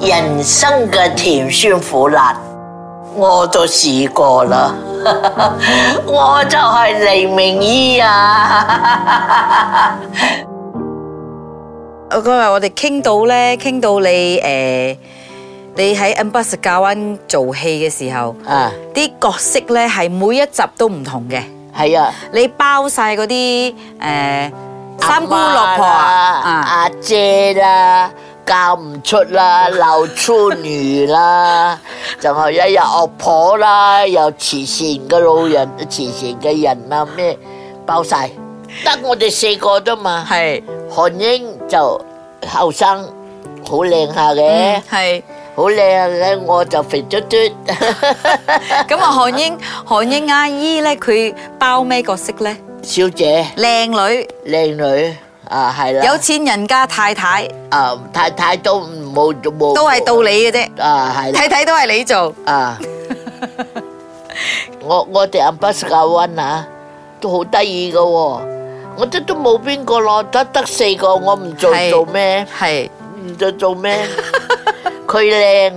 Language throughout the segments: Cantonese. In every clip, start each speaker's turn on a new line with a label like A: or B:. A: 人生嘅甜酸苦辣，我都試過啦。 我就係黎明姨啊！
B: 我今日我哋傾到咧，傾到你誒、呃你喺 Ambus 教灣做戲嘅時候，
A: 啊，
B: 啲角色咧係每一集都唔同嘅，
A: 係啊，
B: 你包晒嗰啲誒三姑
A: 阿媽
B: 六婆
A: 啦
B: 啊，
A: 阿姐啦，嫁唔出 啦，流粗女啦，就係一日惡婆啦，又慈善嘅老人、慈善嘅人啊，咩包晒，得我哋四個啫嘛。
B: 係
A: 韓英就後生，好靚下嘅
B: 嗯，係。
A: 好靚嘅，我就肥嘟嘟。
B: 咁啊，韓英韓英阿姨咧，佢包咩角色咧？
A: 小姐，
B: 靚女，
A: 靚女啊，係啦，
B: 有錢人家太太，
A: 啊太太都唔冇冇，
B: 都係到你嘅啫，
A: 啊，係啦
B: 太太都係你做。
A: 啊。我我哋阿巴斯教温啊，都好得意嘅喎。我得都冇邊個咯，得得四個，我唔做
B: 係
A: 做咩？
B: 係
A: 唔做做咩？佢靚，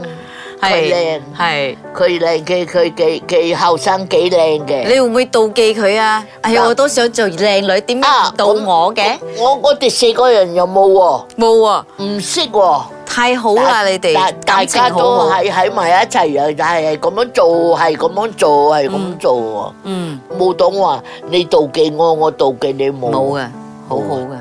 A: 佢
B: 係
A: 靚。
B: 係，
A: 佢靚嘅，佢幾幾後生幾靚
B: 你
A: 嘅。
B: 會唔會妒忌佢啊？哎呀，我都想做靚女，點解
A: À, 啊
B: 唔到我嘅？
A: 我我哋四個人又冇喎，
B: 冇喎，
A: 唔識喎。
B: 太好啦！
A: 但
B: 你哋
A: 但大
B: 感情
A: 家
B: 好
A: 都
B: 好，
A: 係喺埋一齊又但係咁樣做，係咁樣做，係咁樣做
B: 嗯，
A: 喎。冇講話你妒忌我，我妒忌你冇。
B: 冇嘅，好好嘅，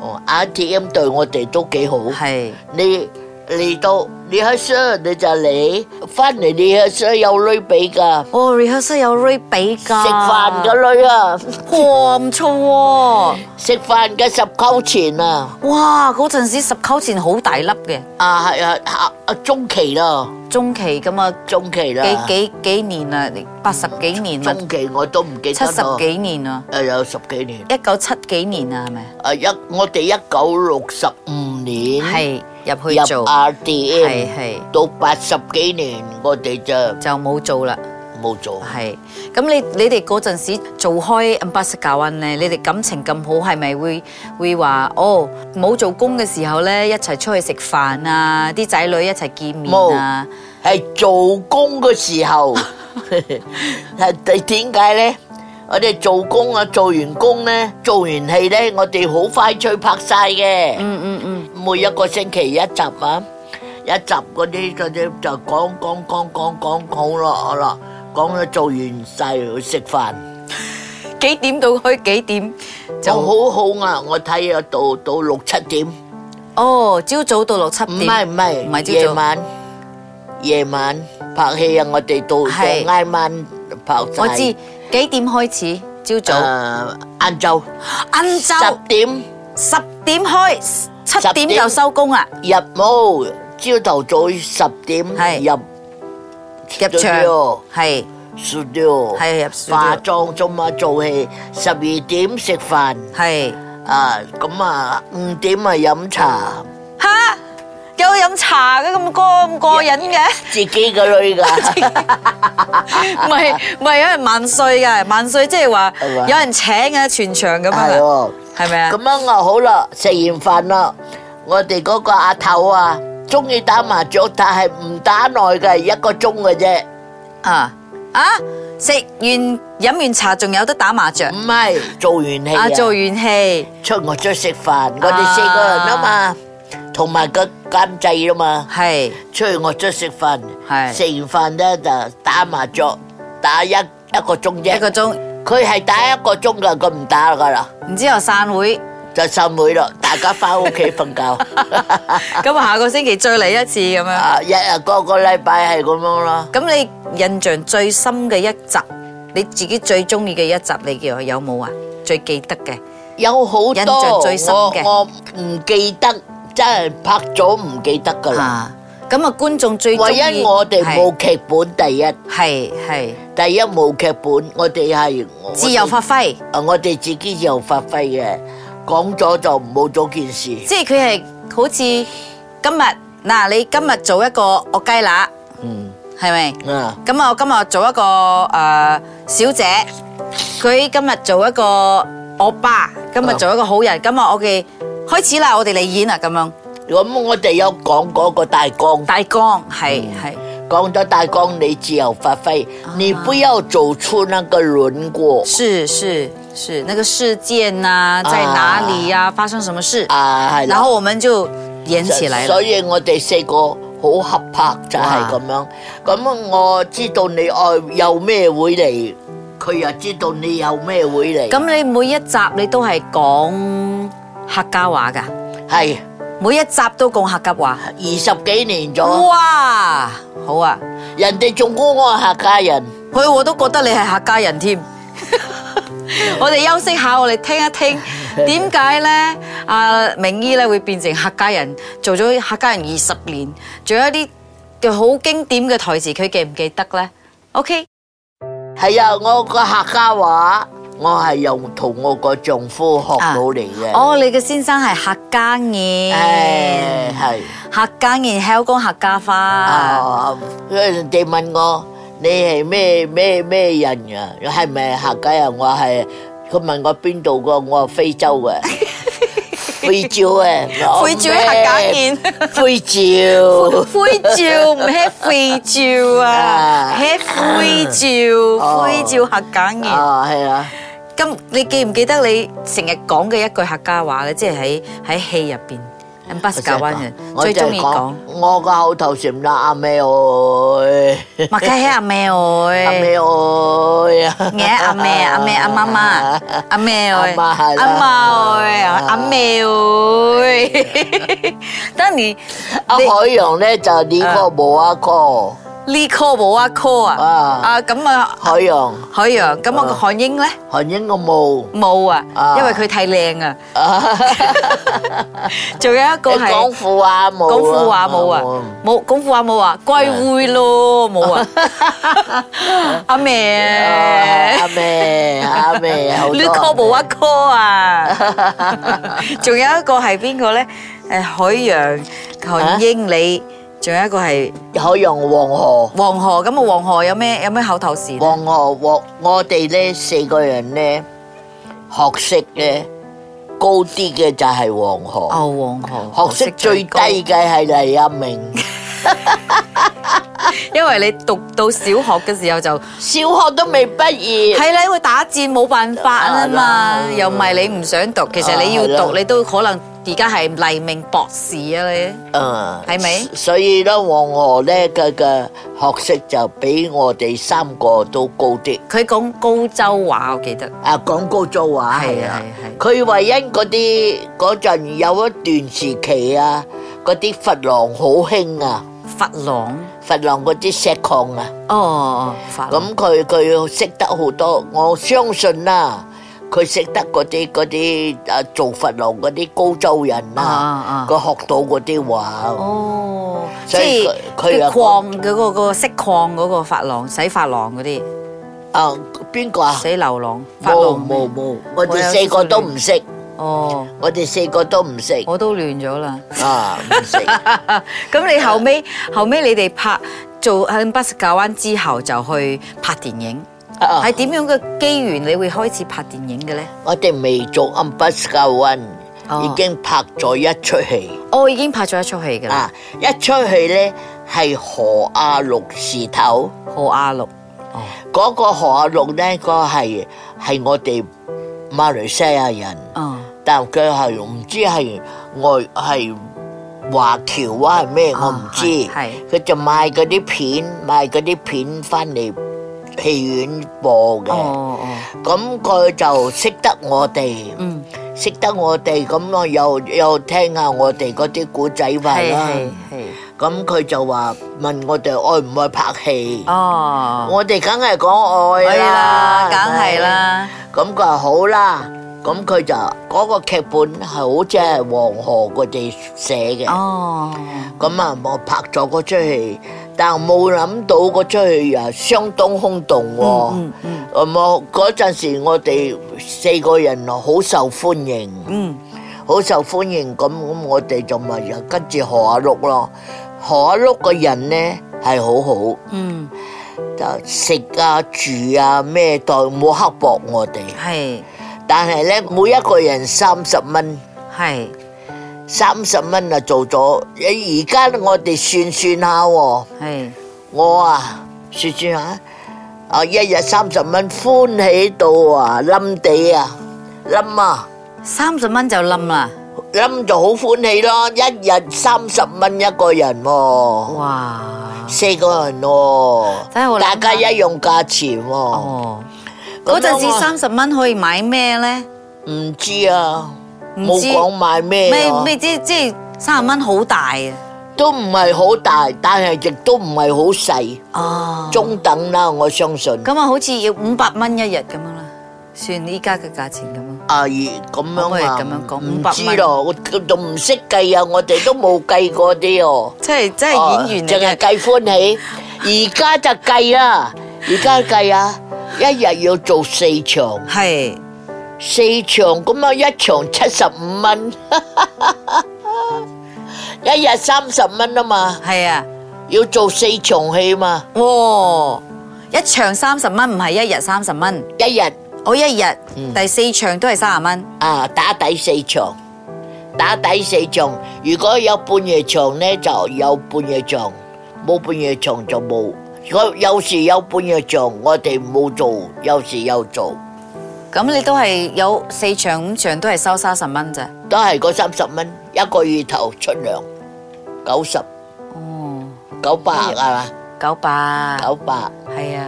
A: 哦，RTM 對我哋都幾好。
B: 係
A: 你嚟到你喺 s 你就嚟，翻嚟你喺 s 有女俾㗎，
B: 哦，rehearsal 有 re 比㗎，
A: 食飯嘅女啊，
B: 哇，唔錯喎！
A: 食飯嘅十溝錢啊。
B: 哇，嗰陣時十溝錢好大粒嘅，
A: 啊，係啊，啊啊中期啦，
B: 中期咁啊，
A: 中期啦，
B: 幾幾幾年啦，八十幾年啦，
A: 中期我都唔記
B: 七
A: 得
B: 十
A: 咯，
B: 幾年啦，
A: 誒有十幾年，
B: 一九七幾年啊，係咪？
A: 啊一我哋一九六十五年
B: 係入去
A: 入啊
B: 做，係
A: RDM，
B: 係
A: 到八十幾年我哋就
B: 就冇做啦。
A: 冇做，
B: 係，咁你你哋嗰陣時做開 Ambassador 教運咧，你哋感情咁好，係咪會會話哦冇做工嘅時候咧，一齊出去食飯啊，啲仔女一齊見面啊，
A: 係做工嘅時候，係點解咧？我哋做工啊，做完工咧，做完戲咧，我哋好快脆拍晒嘅。
B: 嗯嗯嗯，
A: 每一個星期一集啊，一集嗰啲嗰啲就講講講講講好咯，好啦，講咗做完晒去食飯，
B: 幾點到去幾點
A: 就
B: 就
A: 好好啊！我睇啊，到到六七點，唔
B: 哦，朝早到六七點，
A: 係唔係，
B: 唔係朝早
A: 夜晚夜晚拍戲啊！我哋到
B: 係
A: 到挨晚拍晒
B: 我知幾點開始？朝
A: 誒
B: 早
A: 晏晝
B: 晏晝
A: 十點
B: 十點開，七點
A: 10
B: 就收工啦，
A: 入屋，朝頭早十點
B: 係
A: 入
B: 入場
A: studio
B: 係
A: studio
B: 係入
A: 化
B: studio
A: 妝啫嘛，做戲十二點食飯
B: 係
A: 啊，咁啊五點啊飲茶，
B: 吓有飲茶嘅咁過咁過癮嘅。
A: 自己個女噶，
B: 唔係唔係，有人萬歲㗎，萬歲即係話
A: 係嘛
B: 有人請啊，全場咁
A: 係
B: 樣啊，
A: 喎。
B: 係咪啊？
A: 咁樣啊好啦，食完飯啦，我哋嗰個阿頭啊，中意打麻雀，但係唔打耐嘅，一個鐘嘅啫，
B: 啊啊！食完飲完茶仲有得打麻雀
A: 唔係做完戲
B: 啊！
A: 啊，
B: 做完戲
A: 出我出去食飯，我哋四個人啊嘛，同埋個監製啊嘛。
B: 係
A: 出去我出去食飯，
B: 係
A: 食完飯咧就打麻雀，打一一個鐘
B: 一個
A: 啫。
B: 鐘，
A: 佢係打一個鐘噶，佢唔打噶啦，
B: 然之後散會，
A: 就散會咯，大家翻屋企瞓 覺。
B: 咁啊下個星期再嚟一次咁樣。
A: 啊，日日個個禮拜係咁樣咯。
B: 咁你印象最深嘅一集，你自己最中意嘅一集，你叫有冇啊？最記得嘅
A: 有好
B: 印
A: 多
B: 象最深
A: 我
B: 嘅
A: 我唔記得，真係拍咗唔記得噶啦。
B: 啊，咁啊觀眾最中
A: 唯
B: 意
A: 一我哋冇劇本，第一
B: 係係係
A: 第一冇劇本，我哋係我
B: 自由發揮。
A: 啊，我哋自己自由發揮嘅，講咗就冇咗件事。
B: 即係佢係好似今日嗱，你今日做一個惡雞乸，
A: 嗯
B: 係咪？
A: 啊。
B: 咁啊，我今日做一個誒、呃小姐，佢今日做一
A: 哦
B: 個惡霸，今日做一個好人，咁啊，我哋開始啦，我哋嚟演啦咁樣。
A: 咁我哋有講嗰個大綱，
B: 大江係
A: 嗯
B: 係
A: 講咗大綱你自由發揮，你不要走出那個輪廓
B: 是是是，那個事件啊，在哪裡呀、發生什麼事？
A: 啊，係啦
B: 然後我們就演起來了
A: 所。以我哋四個好合拍就係咁樣。咁我知道你愛有咩會嚟，佢又知道你有咩會嚟。
B: 咁你每一集你都係講客家話㗎，
A: 係
B: 每一集都講客家話。
A: 二十幾年咗，
B: 哇，好啊！
A: 人哋仲估我係客家人。
B: 佢我都覺得你係客家人添。我哋休息下，我哋聽一聽點解呢？啊阿明姨咧會變成客家人，做咗客家人二十年，仲有一啲嘅好經典嘅台詞，佢記唔記得呢 o k
A: 係啊，我個客家話我係由同我個丈夫學到嚟嘅。
B: 哦，你嘅先生係客家人，
A: 誒係
B: 客家人香港客家話，
A: 啊，人哋問我你係咩咩咩人啊？係咪客家人？我係佢問我邊度個，我話非洲嘅。非洲啊，我
B: 非洲客家人
A: 咩非洲，
B: 灰照唔係灰照啊
A: 啊，
B: 係灰照，
A: 哦
B: 灰照客家人。
A: 啊係啊，
B: 咁你記唔記得你成日講嘅一句客家話咧？即係喺喺戲入邊，咁巴士教灣人
A: 我
B: 最
A: 就係
B: 中意講，
A: 我個口頭禪啦，阿妹愛，
B: 麥雞喺阿咩
A: 阿妹
B: 愛，
A: 愛啊，
B: 嘅阿咩阿咩阿媽媽，
A: À
B: 阿咩
A: 阿
B: 愛，
A: 媽係啦
B: 阿媽愛，阿咩愛。當你
A: 阿海洋咧就呢個冇阿哥，
B: 呢 call 冇啊 call 啊，
A: 啊
B: 啊咁啊
A: 海洋
B: 海洋，咁我個韓英咧
A: 韓英我冇。
B: 冇啊，
A: 啊
B: 因為佢太靚啊。
A: Ờ,
B: 仲有一個
A: 你
B: 係
A: 講副話冇啊，
B: 功夫話冇
A: à.
B: 啊，
A: Ờ,
B: 冇功夫話冇啊，歸會咯冇啊，阿
A: 啊
B: 咩
A: 阿妹阿妹好多
B: 你 call 冇啊 call à. 啊，仲有一個係邊個咧？誒海洋、韓英你，仲有一個係
A: 海洋黃河
B: 黃河，咁啊黃河有咩有咩口頭禪？
A: 黃河我我哋呢四個人呢，學識呢，高啲嘅就係黃河，
B: 哦，黃河
A: 學識最低嘅係黎阿明。
B: 因為你讀到小學嘅時候就
A: 小學都未畢業，
B: 係啦，因為打戰冇辦法啊嘛
A: 啊，係啦
B: 又唔係你唔想讀，其實你
A: 啊係
B: 要
A: 啦
B: 讀，你都可能而家係黎明博士啊你。
A: 嗯，
B: 係咪
A: 所以咧，黃河呢嘅嘅學識就比我哋三個都高啲。
B: 佢講高州話，我記得。
A: 啊，廣告租啊，
B: 係
A: 係啊
B: 係係，
A: 佢唯因嗰啲嗰陣有一段時期啊，嗰啲佛廊好興啊，
B: 佛朗，
A: 佛廊嗰啲石礦啊，
B: 哦哦，佛朗。
A: 咁佢佢識得好多，我相信啦、佢識得嗰啲嗰啲啊做佛廊嗰啲高州人
B: 啊啊
A: 啊，佢學到嗰啲話，
B: 哦，即
A: 所以
B: 係
A: 佢佢又
B: 佢礦嗰個嗰個色礦嗰個法郎，洗法郎嗰啲，
A: 啊邊個啊？
B: 洗流浪法郎
A: 冇
B: 咩
A: 冇冇，我
B: 我有
A: 哋四個都唔識，
B: 哦，
A: 我哋四個都唔識
B: 我都亂咗啦。
A: 啊，唔 識。
B: 咁你後尾後尾你哋拍做喺巴士教灣之後就去拍電影，
A: 啊
B: 係點樣嘅機緣你會開始拍電影嘅咧？
A: 我哋未做 u m b u s c a One，
B: 哦
A: 已經拍咗一出戲
B: 我已經拍咗一出戲㗎啦，
A: 啊！一出戲呢係何亞六士頭，
B: 《何阿六》。
A: 嗰、個何亞六呢，個係係我哋馬來西亞人，
B: 哦，
A: 但佢係唔知係外係華僑啊係咩，我唔知。
B: 哦係係
A: 佢就賣嗰啲片，賣嗰啲片翻嚟戲院播嘅。
B: 哦哦，
A: 咁佢就識得我哋，
B: 嗯
A: 識得我哋，咁我又又聽下我哋嗰啲古仔話
B: 係
A: 啦。
B: 係係，
A: 咁佢就話問我哋愛唔愛拍戲，
B: 哦。
A: 我哋梗係講愛
B: 係
A: 啦，
B: 啦，梗係。啦，
A: 咁佢話好啦，咁佢就嗰、個劇本係好似係黃河佢哋寫嘅。
B: Ờ. 哦，
A: 咁啊，我拍咗嗰出戲，但冇諗到嗰出戲啊相當轟動喎、
B: 嗯嗯
A: 咁我嗰陣時，我哋四個人好受歡迎，
B: 嗯，
A: 好受歡迎。咁咁，我哋就咪又跟住何阿碌咯。何阿碌個人呢係好好，
B: 嗯，
A: 就食啊住啊咩代冇刻薄我哋。
B: 係
A: 但係呢，每一個人三十蚊，
B: 係，
A: 三十蚊啊做咗，而家我哋算算下喎，
B: 係
A: 我啊算算下，啊一日三十蚊歡喜到啊冧地啊冧啊
B: 三十蚊就冧啦，
A: 冧就好歡喜咯，一日三十蚊一個人喎、
B: 哇！
A: 四個人喎、
B: 真係好
A: 大
B: 冷
A: 家
B: 淡
A: 一樣價錢喎、
B: 哦，
A: 咁樣
B: 嗰陣時
A: 我
B: 三十蚊可以買咩咧？
A: 唔知啊，
B: 唔
A: 冇
B: 知
A: 講買咩
B: 咩
A: 啊，
B: 咩即即三十蚊好大啊！
A: 都唔係好大，但係亦都唔係好細，
B: 哦，
A: 中等啦，我相信。
B: 咁啊，好似要五百蚊一日咁樣啦，算依家嘅價錢咁啊。
A: 阿姨咁
B: 可唔可以
A: 樣啊，
B: 咁樣講
A: 唔
B: 500
A: 知咯，我仲唔識計啊，我哋都冇計過啲哦。
B: 即係即
A: 哦
B: 係演員
A: 淨係
B: 嚟嘅，
A: 計歡喜，而家就計啦，而家計啊，一日要做四場，
B: 係
A: 四場咁啊，一場七十五 蚊，一日三十蚊啊嘛，
B: 係啊，
A: 要做四場戲嘛，
B: 哇！一場三十蚊唔係一日三十蚊，
A: 一日。
B: 我一日第四場都係三十蚊。
A: 啊，打底四場，打底四場。如果有半夜場呢，就有半夜場；冇半夜場就冇。如果有時有半夜場，我哋冇做，有時有做，
B: 咁你都係有四場五場都係收三十蚊咋？
A: 都係嗰三十蚊一個月頭出糧，九十
B: 哦，
A: 九百啊，
B: 九百，
A: 九百，
B: 係啊。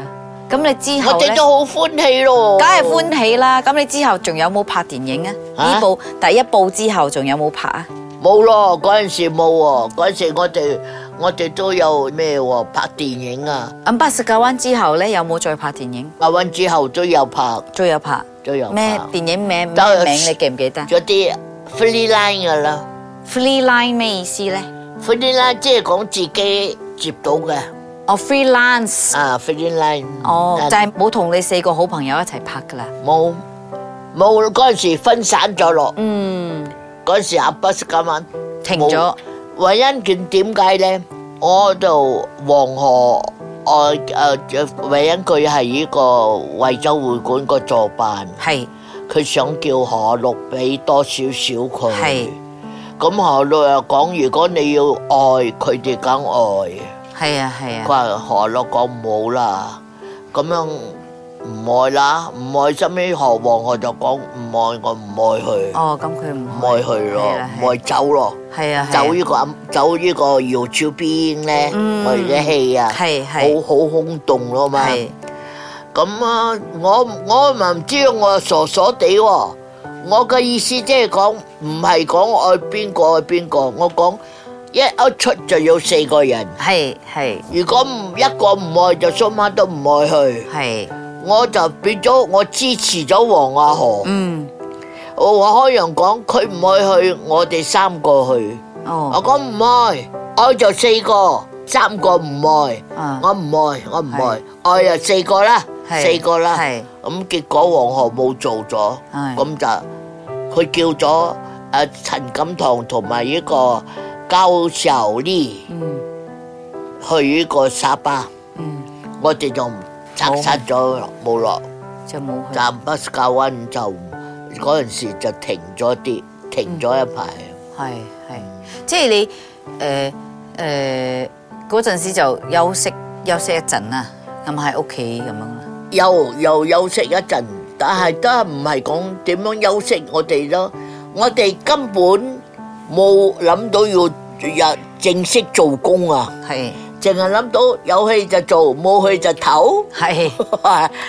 B: 咁你之
A: 我
B: 後咧
A: 哋，都好歡喜咯，
B: 梗係歡喜啦。咁你之後仲有冇拍電影啊？
A: 啊
B: 呢部第一部之後仲有冇拍啊？
A: 冇咯，嗰陣時冇喎，嗰陣時我哋我哋都有咩喎拍電影啊，
B: 咁八十九灣之後咧，有冇再拍電影？
A: 阿温之後都有拍，
B: 都有拍。
A: 都有
B: 咩
A: 拍。
B: 電影名
A: 都有
B: 咩名你記唔記得
A: 嗰啲 free line 噶啦
B: ？Free line 咩意思咧？
A: ，free line 即係講自己接到嘅
B: 哦，freelance。
A: 啊，free line
B: 哦，
A: 啊
B: 就係冇同你四個好朋友一齊拍噶啦。
A: 冇冇嗰陣時分散咗落，
B: 嗯，
A: 嗰陣時阿 bus 咁樣
B: 停咗。
A: 冇尹恩健點解咧？我度黃河我誒尹恩佢係呢個惠州會館個助辦，
B: 係
A: 佢想叫何陸俾多少少佢
B: 係，
A: 咁何陸又講如果你要愛佢哋梗愛。
B: 係啊係
A: 佢話
B: 啊。
A: 何樂講唔好啦，咁樣唔愛啦，唔愛，收尾何王我就講唔愛，我唔愛佢，
B: 哦，咁佢唔
A: 唔愛佢咯
B: 係啦，係
A: 唔愛走咯，
B: 係啊，係啊
A: 走呢個走呢個瑤柱邊咧，
B: 嗯
A: 我哋啲戲啊，
B: 係
A: 好
B: 係
A: 好空洞咯嘛。
B: 係
A: 咁啊，我我咪唔知我傻傻地喎。我嘅意思即係講唔係講愛邊個愛邊個，我講一一出就有四個人。
B: 係係
A: 如果唔一個唔愛就蘇媽都唔愛佢，
B: 係，
A: 我就變咗我支持咗黃阿河。
B: 嗯，
A: 我我開陽講佢唔愛去，我哋三個去。我
B: 哦，
A: 講唔愛，愛就四個，三個唔愛，
B: 啊
A: 我唔愛，我唔愛，愛就四個啦，
B: 係
A: 四個啦。
B: 係
A: 咁結果黃河冇做咗，
B: 係
A: 咁就佢叫咗誒陳錦堂同埋呢個高小麗
B: 嗯
A: 去呢個沙巴。
B: 嗯，
A: 我哋就拆散咗冇落，
B: 就冇去。
A: 站北教温就嗰陣時就停咗啲，停咗一排。
B: 係係，即係你誒誒嗰陣時就休息休息一陣啦，咁喺屋企咁樣啊啦。
A: 又又休息一陣，但係都係唔係講點樣休息我哋咯？我哋根本冇諗到要日正式做工啊，
B: 係
A: 淨係諗到有戲就做，冇戲就 唞。
B: 係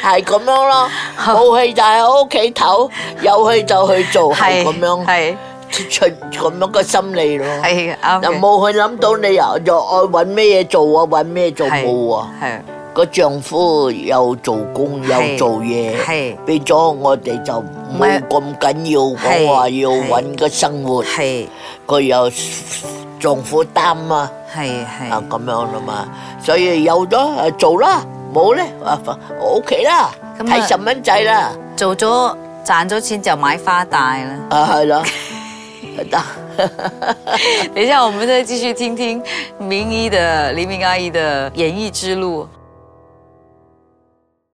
A: 係咁樣咯，冇戲就喺屋企唞，有戲就去做，係咁樣。
B: 係
A: 出咁樣嘅心理咯。
B: 係啱
A: 又
B: 嘅
A: 冇去諗到你又又愛揾咩嘢做啊，揾咩做
B: 係
A: 冇啊？
B: 係
A: 個丈夫又做工又
B: 係
A: 做嘢，
B: 係
A: 變咗我哋就冇
B: 係
A: 咁緊要講
B: 係
A: 話要
B: 係
A: 揾個生活，
B: 係
A: 佢又丈夫擔啊
B: 係
A: 啊
B: 係。
A: 咁樣啦嘛，所以有咗啊做啦，冇咧啊屋企啦，
B: 咁啊
A: 睇細蚊仔啦，
B: 做咗賺咗錢就買花帶啦。
A: 啊係啦，得。
B: 等一下，我们再继续听听明一的黎明阿姨的演艺之路。